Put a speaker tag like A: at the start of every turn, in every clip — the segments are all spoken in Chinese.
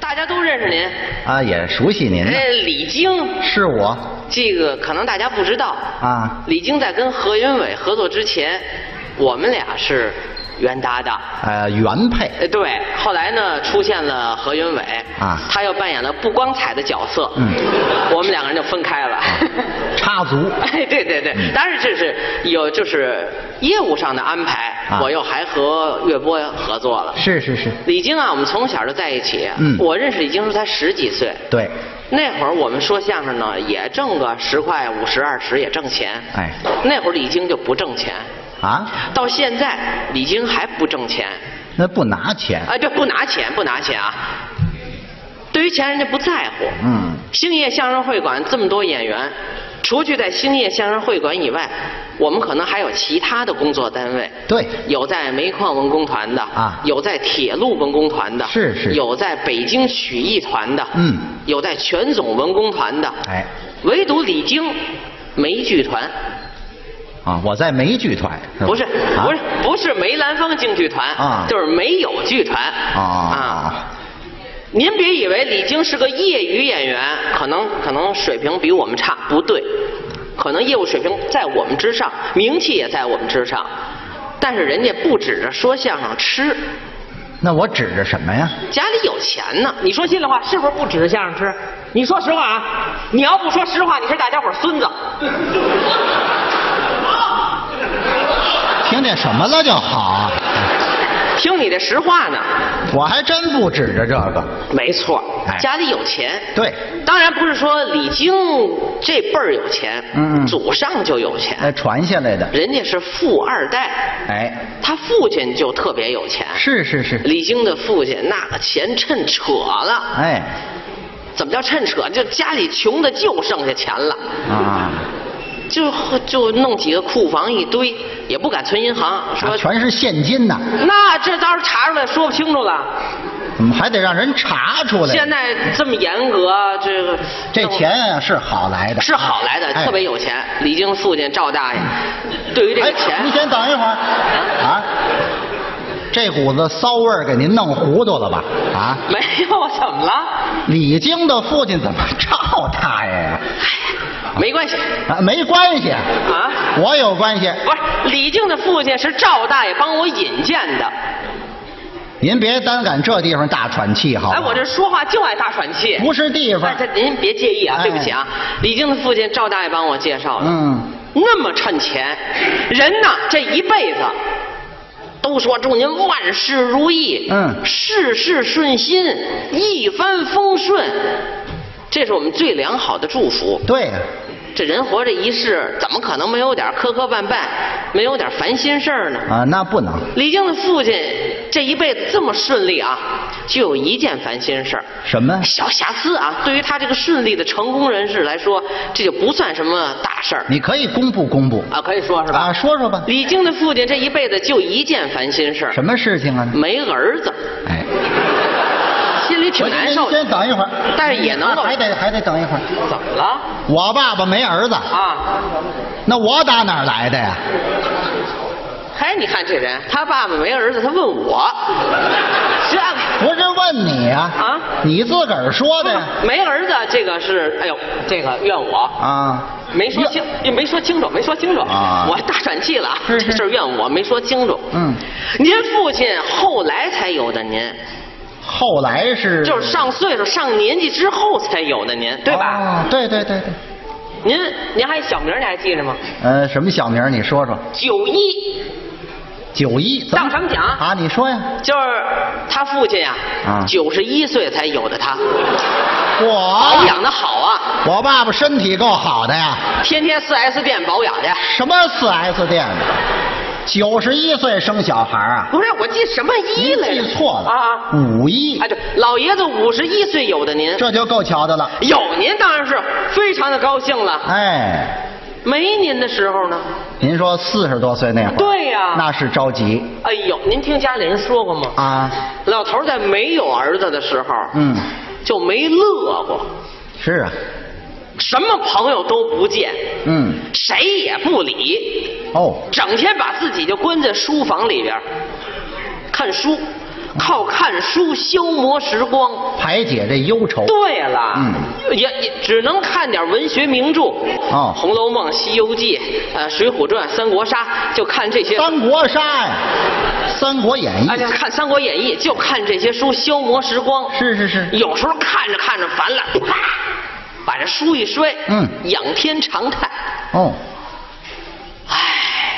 A: 大家都认识您。
B: 啊，也熟悉您呢。
A: 哎，李菁，
B: 是我
A: 这个可能大家不知道，
B: 啊，
A: 李菁在跟何云伟合作之前，我们俩是原搭档。
B: 呃，原配
A: 哎，对，后来呢，出现了何云伟
B: 啊
A: 他又扮演了不光彩的角色，
B: 嗯，啊
A: 我们两个人就分开了。
B: 插足。
A: 哎，对对对，
B: 嗯
A: 当然这是有就是业务上的安排，
B: 啊
A: 我又还和岳波合作了。
B: 是是是，
A: 李菁啊，我们从小就在一起。
B: 嗯
A: 我认识李菁时候才十几岁，
B: 对，
A: 那会儿我们说相声呢，也挣个十块、五十、二十，也挣钱。
B: 哎
A: 那会儿李菁就不挣钱，
B: 啊，
A: 到现在李菁还不挣钱，
B: 那不拿钱。
A: 啊，就不拿钱，不拿钱啊。对于钱，人家不在乎。
B: 嗯，
A: 兴业相声会馆这么多演员，除去在兴业相声会馆以外，我们可能还有其他的工作单位。
B: 对，
A: 有在煤矿文工团的
B: 啊
A: 有在铁路文工团的，
B: 是是
A: 有在北京曲艺团的，
B: 嗯
A: 有在全总文工团的，
B: 哎，
A: 唯独李菁没剧团，
B: 啊，我在梅剧团。吧
A: 不是、
B: 啊
A: 不是不是梅兰芳京剧团
B: 啊
A: 就是没有剧团
B: 啊啊，
A: 您别以为李菁是个业余演员，可能可能水平比我们差，不对，可能业务水平在我们之上，名气也在我们之上，但是人家不指着说相声吃，
B: 那我指着什么呀？
A: 家里有钱呢。你说心里话，是不是不指着相声吃？你说实话啊，你要不说实话，你是大家伙儿孙子。
B: 听见什么了就好啊！
A: 听你的实话呢，
B: 我还真不指着这个。
A: 没错
B: 哎，
A: 家里有钱。
B: 对，
A: 当然不是说李菁这辈儿有钱，
B: 嗯嗯
A: 祖上就有钱，
B: 那哎传下来的。
A: 人家是富二代，
B: 哎，
A: 他父亲就特别有钱。
B: 是是是。
A: 李菁的父亲那个钱趁扯了，
B: 哎，
A: 怎么叫趁扯？就家里穷的就剩下钱了，
B: 啊，
A: 就就弄几个库房一堆，也不敢存银行，说、
B: 啊全是现金呐，
A: 那这到时候查出来说不清楚了。
B: 怎嗯么还得让人查出来？
A: 现在这么严格，这个
B: 这钱啊是好来的，
A: 是好来的，
B: 哎
A: 特别有钱。李菁父亲赵大爷，对于这个
B: 哎，
A: 钱
B: 您，先等一会儿啊！这股子骚味儿给您弄糊涂了吧？啊！
A: 没有怎么了？
B: 李菁的父亲怎么赵大爷呀？
A: 没关系
B: 啊，没关系，
A: 啊，
B: 我有关系。
A: 不是李菁的父亲是赵大爷帮我引荐的。
B: 您别单敢这地方大喘气，好吧？
A: 哎，我这说话就爱大喘气。
B: 不是地方
A: 哎，。这您别介意啊，
B: 哎
A: 对不起啊。李菁的父亲赵大爷帮我介绍的，
B: 嗯，
A: 那么趁钱，人呐这一辈子。都说祝您万事如意，
B: 嗯
A: 事事顺心，一帆风顺，这是我们最良好的祝福。
B: 对呀，
A: 这人活着一世，怎么可能没有点磕磕绊绊，没有点烦心事儿呢？
B: 啊，那不能
A: 李菁的父亲这一辈子这么顺利啊，就有一件烦心事儿，
B: 什么
A: 小瑕疵啊，对于他这个顺利的成功人士来说，这就不算什么大事儿
B: 你可以公布公布
A: 啊，可以说是吧？
B: 啊，说说吧，
A: 李菁的父亲这一辈子就一件烦心事儿，
B: 什么事情啊？
A: 没儿子，
B: 哎，
A: 心里嗯挺难受
B: 您先
A: 的。
B: 等一会儿，啊
A: 但是也能够
B: 还得还得等一会儿。
A: 怎么了？
B: 我爸爸没儿子，
A: 啊，
B: 那我打哪儿来的呀？
A: 嘿，哎你看这人，他爸爸没儿子，他问我，这
B: 不是问你啊，
A: 啊
B: 你自个儿说的呀。
A: 没儿子，这个是，哎呦，这个怨我
B: 啊，
A: 没说清，也没说清楚，没说清楚
B: 啊
A: 我大喘气了啊，
B: 是是
A: 这事儿怨我没说清楚。
B: 嗯，
A: 您父亲后来才有的您，
B: 后来是
A: 就是上岁数、上年纪之后才有的您，对吧？
B: 哦对对对对，
A: 您您还小名儿你还记着吗？
B: 呃，什么小名儿？你说说。
A: 九一
B: 九一怎
A: 当什么奖
B: 啊？你说呀。
A: 就是他父亲呀
B: 啊，
A: 九十一岁才有的他，
B: 我
A: 保养的好啊，
B: 我爸爸身体够好的呀，
A: 天天四 S 店保养去。
B: 什么四 S 店的，九十一岁生小孩儿啊？
A: 不是，我记什么一
B: 您
A: 来着？
B: 记错了
A: 啊啊！
B: 五一
A: 啊，，对，老爷子五十一岁有的您，
B: 这就够瞧的了。
A: 有您当然是非常的高兴了。
B: 哎，
A: 没您的时候呢？
B: 您说四十多岁那会儿，
A: 对啊呀
B: 那是着急
A: 哎呦，您听家里人说过吗？
B: 啊。
A: 老头儿在没有儿子的时候，
B: 嗯，
A: 就没乐过，
B: 是啊，
A: 什么朋友都不见，
B: 嗯，
A: 谁也不理，
B: 哦，
A: 整天把自己就关在书房里边儿看书，靠看书消磨时光。
B: 排解这忧愁。
A: 对了，
B: 嗯
A: 也也只能看点文学名著，
B: 哦
A: 红楼梦》《西游记》呃，《水浒传》《三国杀》，就看这些。
B: 三国杀呀，《三国演义
A: 哎，》就看《三国演义》，就看这些书消磨时光。
B: 是是是，
A: 有时候看着看着烦了，啪，把这书一摔，
B: 嗯
A: 仰天长叹，
B: 哦，
A: 唉，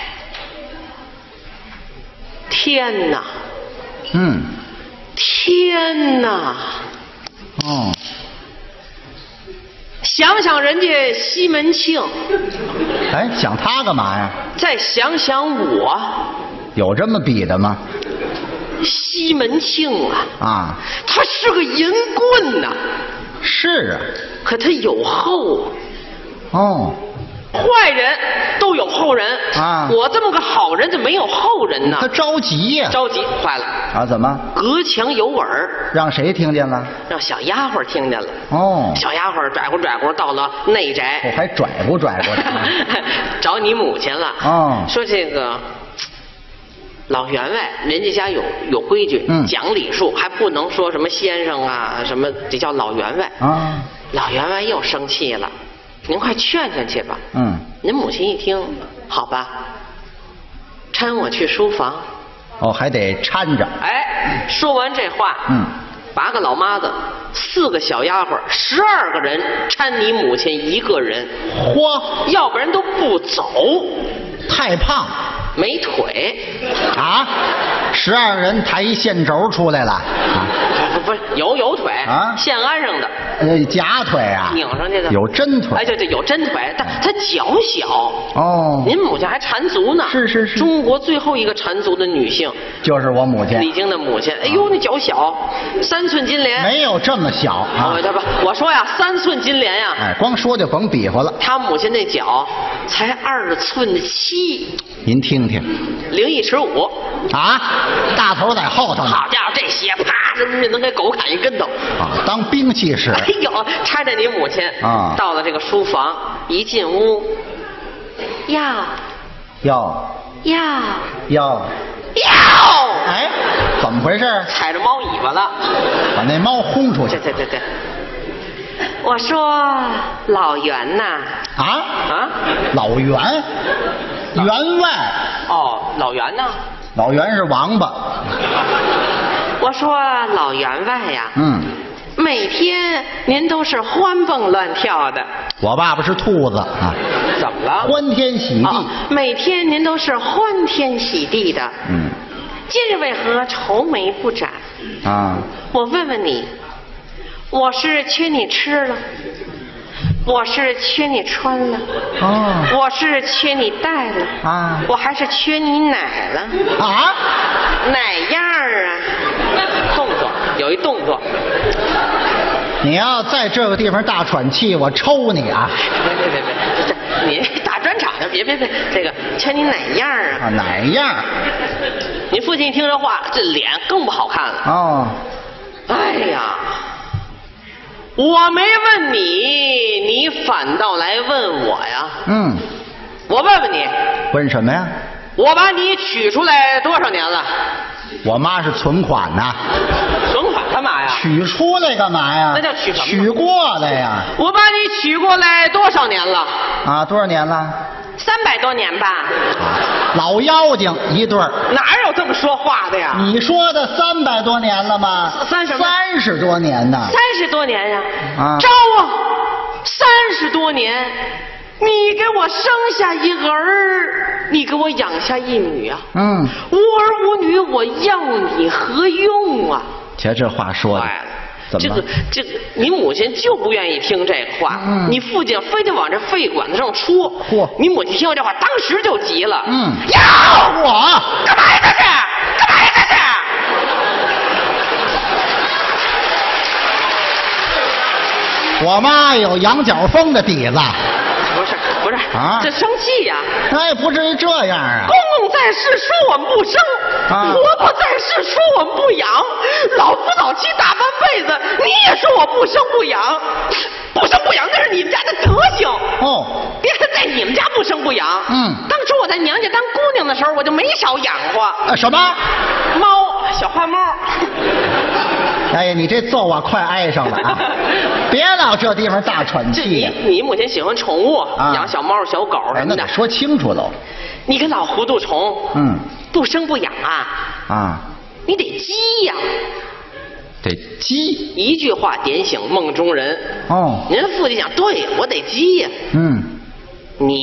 A: 天哪，
B: 嗯，
A: 天哪！
B: 哦，
A: 想想人家西门庆，
B: 哎，想他干嘛呀？
A: 再想想我，
B: 有这么比的吗？
A: 西门庆啊，
B: 啊，
A: 他是个淫棍呐、
B: 是
A: 可他有后啊。
B: 啊，哦，
A: 坏人都有后人
B: 啊
A: 我这么个好人怎么没有后人呢
B: 他？着急呀、
A: 啊着急坏了，
B: 啊，怎么
A: 隔墙有耳，
B: 让谁听见了？
A: 让小丫鬟听见了。
B: 哦，
A: 小丫鬟拽咕拽咕到了内
B: 我
A: 宅，
B: 还拽不拽过 来？
A: 找你母亲了。
B: 哦
A: 说这个老员外，人家家有有规矩，
B: 嗯
A: 讲礼数，还不能说什么先生啊，什么得叫老员外。
B: 啊，
A: 老员外又生气了，您快劝劝去吧。
B: 嗯，
A: 您母亲一听，好吧，搀我去书房。
B: 哦，还得搀着。
A: 哎，说完这话，
B: 嗯，
A: 八个老妈子，四个小丫鬟，十二个人搀你母亲一个人，
B: 嚯，
A: 要不然都不走，
B: 太胖
A: 没腿。
B: 啊！十二人抬一线轴出来了，啊
A: 不不是有有腿
B: 啊
A: 现安上的，
B: 呃，假腿啊，
A: 拧上去的。
B: 有真腿。
A: 哎，对对，有真腿，但他脚小。
B: 哦，
A: 您母亲还缠足呢，
B: 是是是
A: 中国最后一个缠足的女性，
B: 就是我母亲，
A: 李菁的母亲。哎呦，那脚小，三寸金莲。
B: 啊没有这么小
A: 哦，
B: 啊！
A: 对吧？我说呀，三寸金莲呀，
B: 哎，光说就甭比划了，
A: 他母亲那脚才二寸七，
B: 您听听
A: 零一尺五。
B: 啊，大头在后头呢，
A: 好家伙，这鞋啪，这么能给狗砍一跟头。
B: 啊，当兵器 使，
A: 哎呦，搀着你母亲
B: 啊
A: 到了这个书房，一进屋，哟
B: 要
A: 哟
B: 要，
A: 哟，
B: 哎，怎么回事？
A: 踩着猫尾巴了。
B: 把那猫轰出
A: 对
B: 去
A: 对对对，我说老袁呐，
B: 啊！
A: 啊，
B: 老袁，员外，
A: 哦，老袁呐，
B: 老袁是王八，
A: 我说老员外呀，
B: 嗯，
A: 每天您都是欢蹦乱跳的，
B: 我爸爸是兔子啊，
A: 怎么了？
B: 欢天喜地，
A: 啊，每天您都是欢天喜地的，
B: 嗯
A: 今日为何愁眉不展？
B: 啊，
A: 我问问你，我是缺你吃了，我是缺你穿了，
B: 哦
A: 我是缺你带了，
B: 啊
A: 我还是缺你奶了，
B: 啊，
A: 哪样儿啊？动作有一动作，
B: 你要在这个地方大喘气，我抽你啊！
A: 别别别别，这你打专场的，别别别，这个缺你哪样儿啊？
B: 啊，哪样？
A: 你父亲一听这话，这脸更不好看了。
B: 哦，
A: 哎呀，我没问你，你反倒来问我呀？
B: 嗯，
A: 我问问你，
B: 问什么呀？
A: 我把你取出来多少年了？
B: 我妈是存款呐、
A: 存款干嘛呀？
B: 取出来干嘛呀？
A: 那叫取什么
B: 取过来呀！
A: 我把你取过来多少年了？
B: 啊，多少年了？
A: 三百多年吧？
B: 啊，老妖精一对儿。
A: 哪有这么说话的呀？
B: 你说的三百多年了吗？
A: 三什么
B: 三十多年呢？
A: 三十多年呀、
B: 啊
A: 招啊！三十多年，你给我生下一个儿，你给我养下一女啊！
B: 嗯，
A: 无儿无女，我要你何用啊？
B: 瞧这话说的
A: 坏了，，
B: 怎
A: 这
B: 么
A: 个
B: 了？
A: 这个，你母亲就不愿意听这话，
B: 嗯
A: 你父亲非得往这肺管子上戳。
B: 嚯
A: 你母亲听到这话，当时就急了。
B: 嗯
A: 呀，
B: 我
A: 干嘛呀这是？干嘛呀这是？
B: 我妈有羊角风的底子，
A: 不是不是
B: 啊
A: 这生气呀、
B: 那也哎不至于这样啊
A: 公。公在世，书我们不生；
B: 啊
A: 婆婆在世，书我们不养。老夫老妻大半辈子，你也说我不生不养，不生不养那是你们家的德行。
B: 哦，
A: 别看在你们家不生不养，
B: 嗯
A: 当初我在娘家当姑娘的时候，我就没少养活
B: 呃啊什么？
A: 猫、小花猫。
B: 哎呀，你这揍啊，快挨上了 啊！别老这地方大喘
A: 这
B: 气
A: 你
B: 呀、
A: 你母亲喜欢宠物，
B: 啊
A: 养小猫、小狗什
B: 哎那
A: 么的
B: 得。说清楚喽。
A: 你跟老糊涂虫，
B: 嗯，
A: 不生不养啊，
B: 啊，
A: 你得鸡呀、
C: 得
B: 鸡，
A: 一句话点醒梦中人。
B: 哦，
A: 您父亲讲，对我得鸡呀、
B: 嗯，
A: 你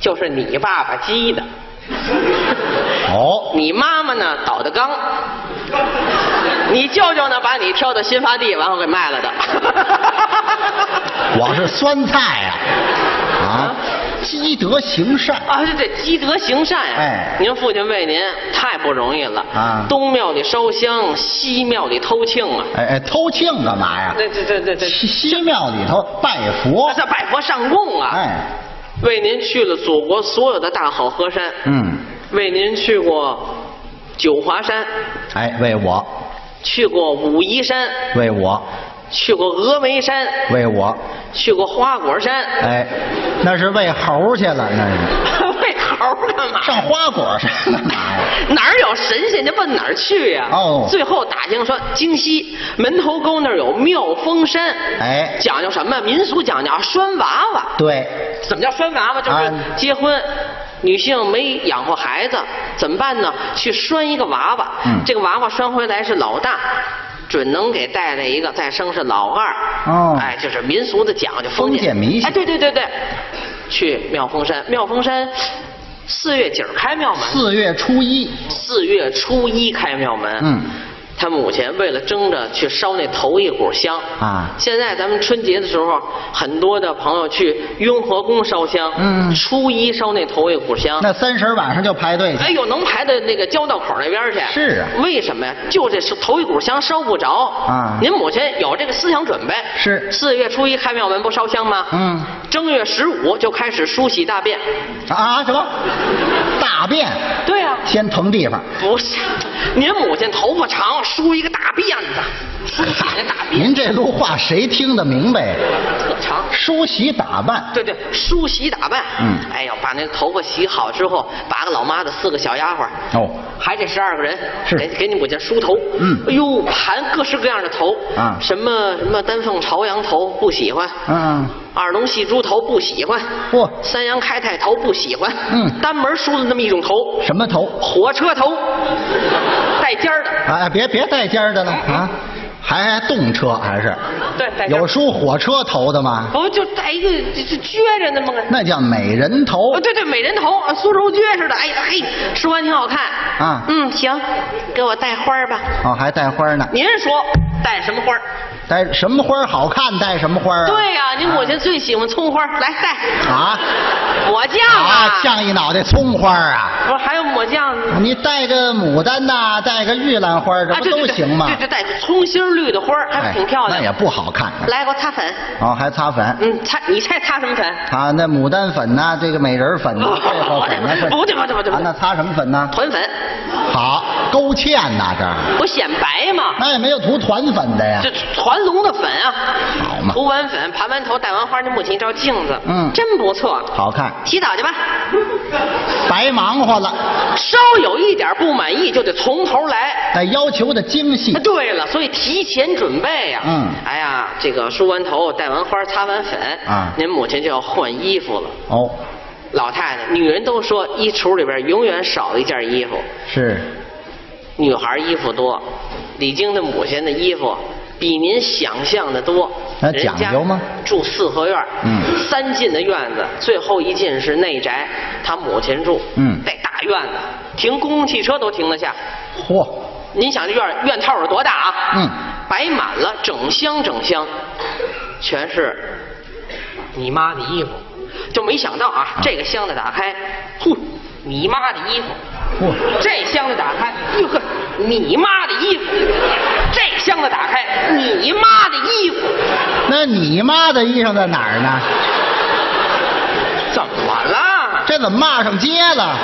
A: 就是你爸爸鸡的，
B: 哦，
A: 你妈妈呢倒的缸，你舅舅呢把你挑到新发地，完后给卖 了的。
B: 我是酸菜 呀、啊，积德行善，
A: 啊，这这积德行善呀、
B: 哎
A: 您父亲为您太不容易了
B: 啊
A: 东庙里烧香，西庙里偷庆啊，
B: 哎哎，偷庆干嘛呀？
A: 这这这这这，
B: 西西庙里头拜佛，
A: 这拜佛上供啊，
B: 哎，
A: 为您去了祖国所有的大好河山，
B: 嗯，
A: 为您去过九华山，
B: 哎，为我，
A: 去过武夷山，
B: 为我，
A: 去过峨眉山，
B: 为我，
A: 去过花果山，
B: 哎，那是喂猴去了，那 是
A: 喂猴儿干嘛？
B: 上花果山干嘛呀？
A: 哪儿有神仙，就奔哪儿去呀、
B: 哦
A: 最后打听说，京西门头沟那儿有妙峰山，
B: 哎
A: 讲究什么？民俗讲究啊，拴娃娃。
B: 对，
A: 怎么叫拴娃娃？就是
B: 啊
A: 结婚，女性没养活孩子，怎么办呢？去拴一个娃娃，
B: 嗯
A: 这个娃娃拴回来是老大。准能给带来一个，再生是老二。
B: 哦
A: 哎，就是民俗的讲究，封
B: 封建迷信
A: 哎，对对对对，去妙峰山，妙峰山四月几儿开庙门？
B: 四月初一，
A: 四月初一开庙门。
B: 嗯，
A: 他母亲为了争着去烧那头一股香
B: 啊
A: 现在咱们春节的时候，很多的朋友去雍和宫烧香，
B: 嗯
A: 初一烧那头一股香。
B: 那三十晚上就排队
A: 哎
B: 去，
A: 呦，能排到那个交道口那边去？
B: 是啊
A: 为什么呀？就这是头一股香烧不着
B: 啊
A: 您母亲有这个思想准备。
B: 是
A: 四月初一开庙门不烧香吗？
B: 嗯。
A: 正月十五就开始梳洗大便。
B: 啊什么？大便
A: 对啊。
B: 先腾地方，
A: 不是，您母亲头发长，梳一个大辫子，梳起那大辫
B: 您这路话谁听得明白呀？
A: 子特长。
B: 梳洗打扮，
A: 对对，梳洗打扮，
B: 嗯
A: 哎呦，把那头发洗好之后，把个老妈子四个小丫鬟，
B: 哦
A: 还这十二个人，
B: 是
A: 给给你母亲梳头，
B: 嗯
A: 哎呦，盘各式各样的头，
B: 啊
A: 什么什么丹凤朝阳头不喜欢，
B: 嗯，哦
A: 二龙戏珠头不喜欢，
B: 嚯
A: 三阳开泰头不喜欢，
B: 嗯
A: 单门梳的那么一种头，
B: 什么头？
A: 火车头，带尖儿的，
B: 哎，别别带尖儿的了啊，还动车还是？
A: 对带尖儿
B: 有梳火车头的吗？
A: 不就戴一个就就撅着那么个？
B: 那叫美人头。
A: 哦，对对，美人头，啊苏州撅似的。哎哎，梳完挺好看。
B: 啊
A: 嗯，行，给我带花儿吧。
B: 哦，还带花呢。
A: 您说带什么花儿？
B: 带什么花好看？带什么花啊？
A: 对呀、您母亲最喜欢葱花儿，来带。
B: 啊
A: 抹酱
B: 啊，
A: 啊，
B: 像一脑袋葱花啊！
A: 不是还有抹酱啊？
B: 你带个牡丹呐，带个玉兰花，这不
A: 对对
B: 都
A: 对
B: 行吗
A: 对？对，带葱心儿绿的花儿，还
B: 哎
A: 挺漂亮。
B: 那也不好看。
A: 来，给我擦粉。
B: 哦，还擦粉
A: 嗯，擦，你猜擦什么粉？
B: 啊？那牡丹粉呐，这个美人粉呐，桂花粉呐，这
A: 哦不对不对不对
B: 啊，
A: 不对
B: 那，擦什么粉呢？
A: 团粉
B: 好，勾芡呐，这
A: 不显白吗？
B: 那也没有涂团粉的呀
A: 这。团龙的粉啊，
B: 好嘛
A: 涂完粉，盘完头，戴完花，你母亲一照镜子，
B: 嗯
A: 真不错。
B: 好看，
A: 洗澡去吧，
B: 白忙活了，
A: 稍有一点不满意就得从头来。
B: 得要求的精细
A: 啊，对了，所以提前准备呀、
B: 嗯
A: 哎呀，这个梳完头，戴完花，擦完粉，
B: 啊
A: 您母亲就要换衣服了。
B: 哦，
A: 老太太，女人都说衣橱里边永远少一件衣服，
B: 是
A: 女孩衣服多，李菁的母亲的衣服比您想象的多。
B: 那讲究吗？
A: 住四合院，
B: 嗯
A: 三进的院子，最后一进是内宅，他母亲住，
B: 嗯
A: 在大院子，停公共汽车都停得下。
B: 嚯，
A: 您想这院儿院套有多大啊？
B: 嗯，
A: 摆满了整箱整箱，全是你妈的衣服，就没想到啊，这个箱子打开，哼，你妈的衣服，
B: 嚯，
A: 这箱子打开，哟呵，你妈的衣服；这箱子打开，你妈的衣服。
B: 那你妈的衣裳在哪儿呢？
A: 怎么了？
B: 这怎么骂上街了？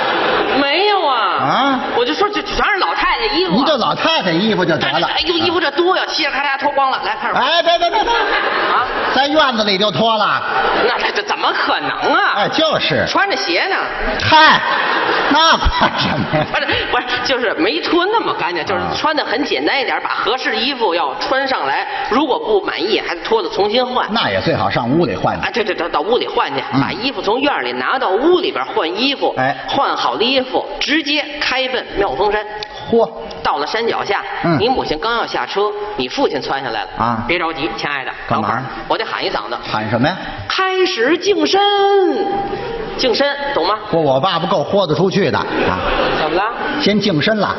A: 没有啊。
B: 啊
A: 我就说这这全是老太太着衣服，啊
B: 您就老太太衣服就得
A: 但是
B: 了。
A: 哎呦，衣服这多呀，嘁哩咔嚓脱光了，来看着吧。
B: 哎，别别别别，
A: 啊，
B: 在院子里就脱了。
A: 那这这怎么可能啊？
B: 哎，就是。
A: 穿着鞋呢，
B: 嗨，那管什么呀？
A: 不是不是，就是没脱那么干净，就是
B: 啊
A: 穿的很简单一点，把合适的衣服要穿上来。如果不满意，还脱了重新换。
B: 那也最好上屋里换去
A: 啊，。对对对，到屋里换去，
B: 嗯
A: 把衣服从院里拿到屋里边换衣服，
B: 哎
A: 换好了衣服，直接开奔妙峰山。
B: 嚯，
A: 到了山脚下，
B: 嗯
A: 你母亲刚要下车，你父亲窜下来了
B: 啊
A: 别着急，亲爱的，
B: 干嘛
A: 等会儿我得喊一嗓子，
B: 喊什么呀？
A: 开始净身，净身，懂吗？
B: 嚯，我爸爸够豁得出去的啊！
A: 怎么了？
B: 先净身了，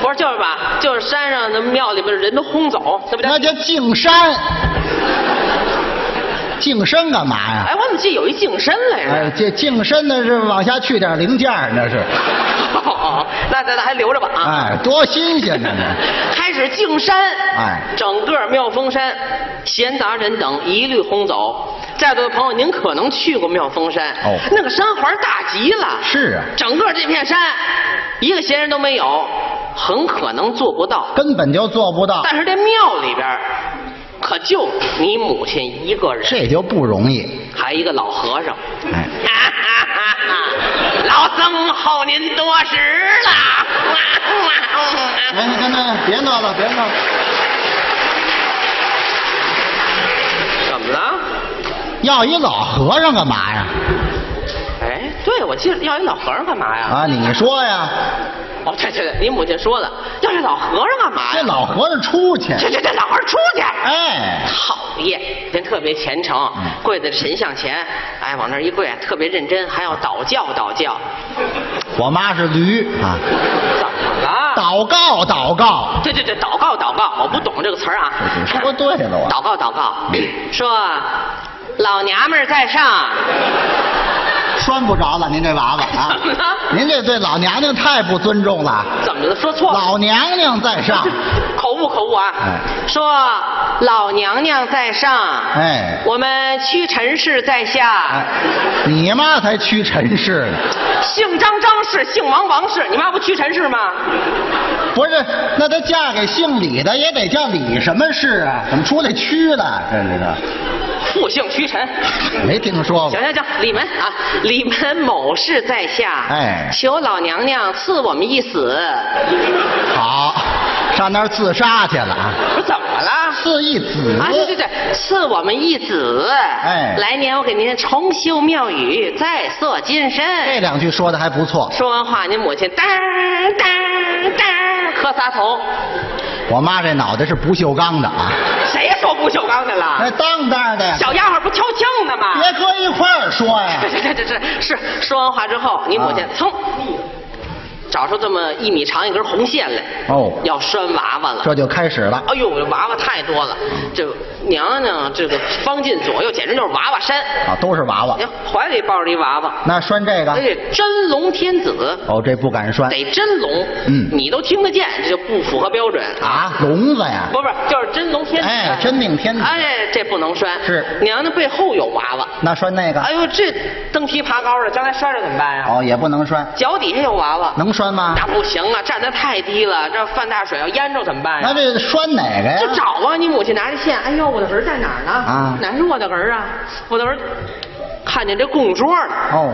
A: 不是，就是把就是山上的庙里边人都轰走，对不对
B: 那？叫净山。净身干嘛呀？
A: 哎，我怎么记得有一净身来着？
B: 哎，这净身那是往下去点零件儿，那是。
A: 哦， 那咱咱还留着吧啊。
B: 哎，多新鲜呢！那
A: 开始进山，
B: 哎
A: 整个妙峰山，闲杂人等一律轰走。在座的朋友，您可能去过妙峰山，
B: 哦
A: 那个山环大极了，
B: 是啊，
A: 整个这片山一个闲人都没有，很可能做不到。
B: 根本就做不到，
A: 但是这庙里边儿，可就你母亲一个人，
B: 这就不容易。
A: 还一个老和尚。
B: 哎，
A: 哈哈哈哈！ 老僧候您多时了。
B: 哎，那那别闹了，别闹了，
A: 怎么了？
B: 要一老和尚干嘛呀？
A: 哎，对，我记得要一老和尚干嘛呀？
B: 啊，你说呀，
A: 哦，对对对，你母亲说的，要这老和尚干嘛
B: 这
A: 呀？
B: 老和尚出去，
A: 这这这老和尚出去！
B: 哎，
A: 讨厌，人特别虔诚
B: 嗯，
A: 跪在神像前，哎，往那儿一跪，特别认真，还要祷教祷教。
B: 我妈是驴啊，
A: 怎么了？
B: 祷告祷告，
A: 对对对，祷告祷告，我不懂这个词儿啊。
B: 你说对了我。嗯
A: 祷告祷告，说老娘们儿在上，
B: 拴不着了，您这娃娃啊
A: 怎么了，
B: 您这对老娘娘太不尊重了，
A: 怎么了？说错了。
B: 老娘娘在上，
A: 口误口误啊！
B: 哎
A: 说老娘娘在上，
B: 哎
A: 我们屈臣氏在下，
B: 哎，你妈才屈臣氏呢。
A: 姓张张氏，姓王王氏，你妈不屈臣氏吗？
B: 不是，那她嫁给姓李的也得叫李什么氏啊？怎么出来屈了？这这个
A: 复姓屈臣。
B: 没听说过
A: 行。行行，李门啊，李门某氏在下，
B: 哎
A: 求老娘娘赐我们一死。
B: 好，上那儿自杀去了啊！
A: 我怎么了？
B: 赐一子，
A: 啊，对对对，赐我们一子。
B: 嗯哎
A: 来年我给您重修庙宇，再塑金身。
B: 这两句说的还不错。
A: 说完话，您母亲当当当磕仨头。
B: 我妈这脑袋是不锈钢的啊！
A: 谁说不锈钢的
B: 那
A: 了？
B: 当当的呀，
A: 小丫鬟不挑枪的吗？
B: 别搁一块儿说呀
A: 这！这这这这是说完话之后，你母亲
B: 啊
A: 噌、找出这么一米长一根红线来，
B: 哦
A: 要拴娃娃了。
B: 这就开始了。
A: 哎呦，这娃娃太多了，这娘娘这个方进左右简直就是娃娃山。
B: 啊，都是娃娃
A: 你。看怀里抱着一娃娃，
B: 那拴这
A: 而
B: 个？
A: 且真龙天子
B: 哦，这不敢拴
A: 哎得真龙，
B: 嗯
A: 你都听得见，这就不符合标准。
B: 啊，笼子呀。
A: 不是，就是真龙天子。
B: 哎，真命天子。
A: 哎，这不能拴。
B: 是啊
A: 娘娘背后有娃娃。
B: 那拴那个
A: 哎？呦，这登梯爬高的，将来摔着怎么办呀、
B: 哦，也不能拴，
A: 脚底下有娃娃，
B: 能拴吗？
A: 那不行啊，站得太低了，这犯大水要淹着怎么办呀、
B: 那这拴哪个呀？
A: 就找啊！你母亲拿着线，哎呦，我的儿在哪儿呢？
B: 啊
A: 哪是我的儿啊？我的儿看见这供桌了，
B: 哦，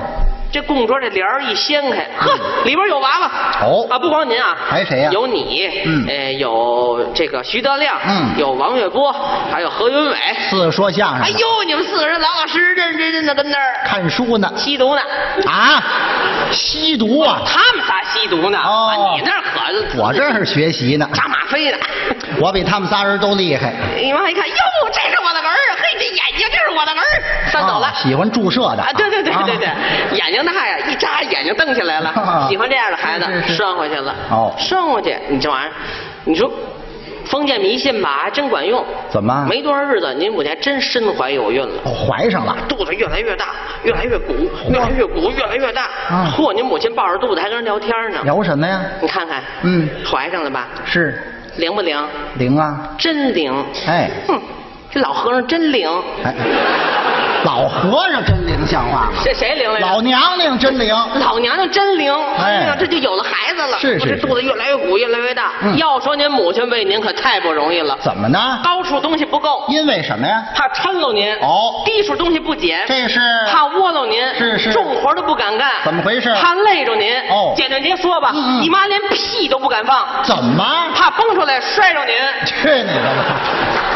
A: 这供桌这帘儿一掀开，呵，里边有娃娃。
B: 嗯哦
A: 啊，不光您啊，
B: 还谁呀
A: 有你，
B: 嗯
A: 呃，有这个徐德亮，
B: 嗯
A: 有王月波，还有何云伟。
B: 四说相
A: 哎
B: 声的，
A: 呦，你们四个人老老实实、认认真真的跟那儿
B: 看书呢
A: 吸毒呢。
B: 啊，吸毒啊，
A: 他们仨吸毒呢，
B: 哦
A: 啊，你那儿可
B: 我这是学习呢，
A: 扎吗 啡呢。
B: 我比他们仨人都厉害。
A: 你妈一看，哟，这是我的儿，啊嘿，这眼睛这是我的儿，算走了
B: 啊。喜欢注射的
A: 啊，对对对对对
B: 啊，
A: 眼睛大呀，一眨眼睛瞪起来了
B: 啊，
A: 喜欢这样的孩子
B: 是是，是
A: 拴回去了。
B: 哦
A: 拴回去，你这玩意儿，你说封建迷信吧，还真管用。
B: 怎么
A: 没多少日子，您母亲还真身怀有孕了。
B: 哦，怀上了，
A: 肚子越来越大，越来越鼓，越来越鼓，越来越大
B: 啊。
A: 嚯、您母亲抱着肚子还跟人聊天呢。
B: 聊什么呀？
A: 你看看，
B: 嗯
A: 怀上了吧？
B: 是
A: 灵不灵？
B: 灵啊，
A: 真灵。
B: 哎
A: 哼，这老和尚真灵。
B: 哎，老和尚真灵像话吗？
A: 这谁灵来着？
B: 老娘娘真灵，
A: 老娘娘真灵，
B: 哎
A: 呀，这就有了孩子了，
B: 是是
A: 我这
B: 是
A: 肚子越来越鼓，越来越大。
B: 嗯
A: 要说您母亲为您可太不容易了，
B: 怎么呢？
A: 高处东西不够，
B: 因为什么呀？
A: 怕抻喽您；
B: 哦
A: 低处东西不捡，
B: 这是
A: 怕窝漏您，
B: 是是
A: 重活都不敢干，
B: 怎么回事
A: 怕累着您。
B: 哦
A: 简短截说吧，
B: 嗯嗯
A: 你妈连屁都不敢放，
B: 怎么？
A: 怕崩出来摔着您。
B: 去你的吧！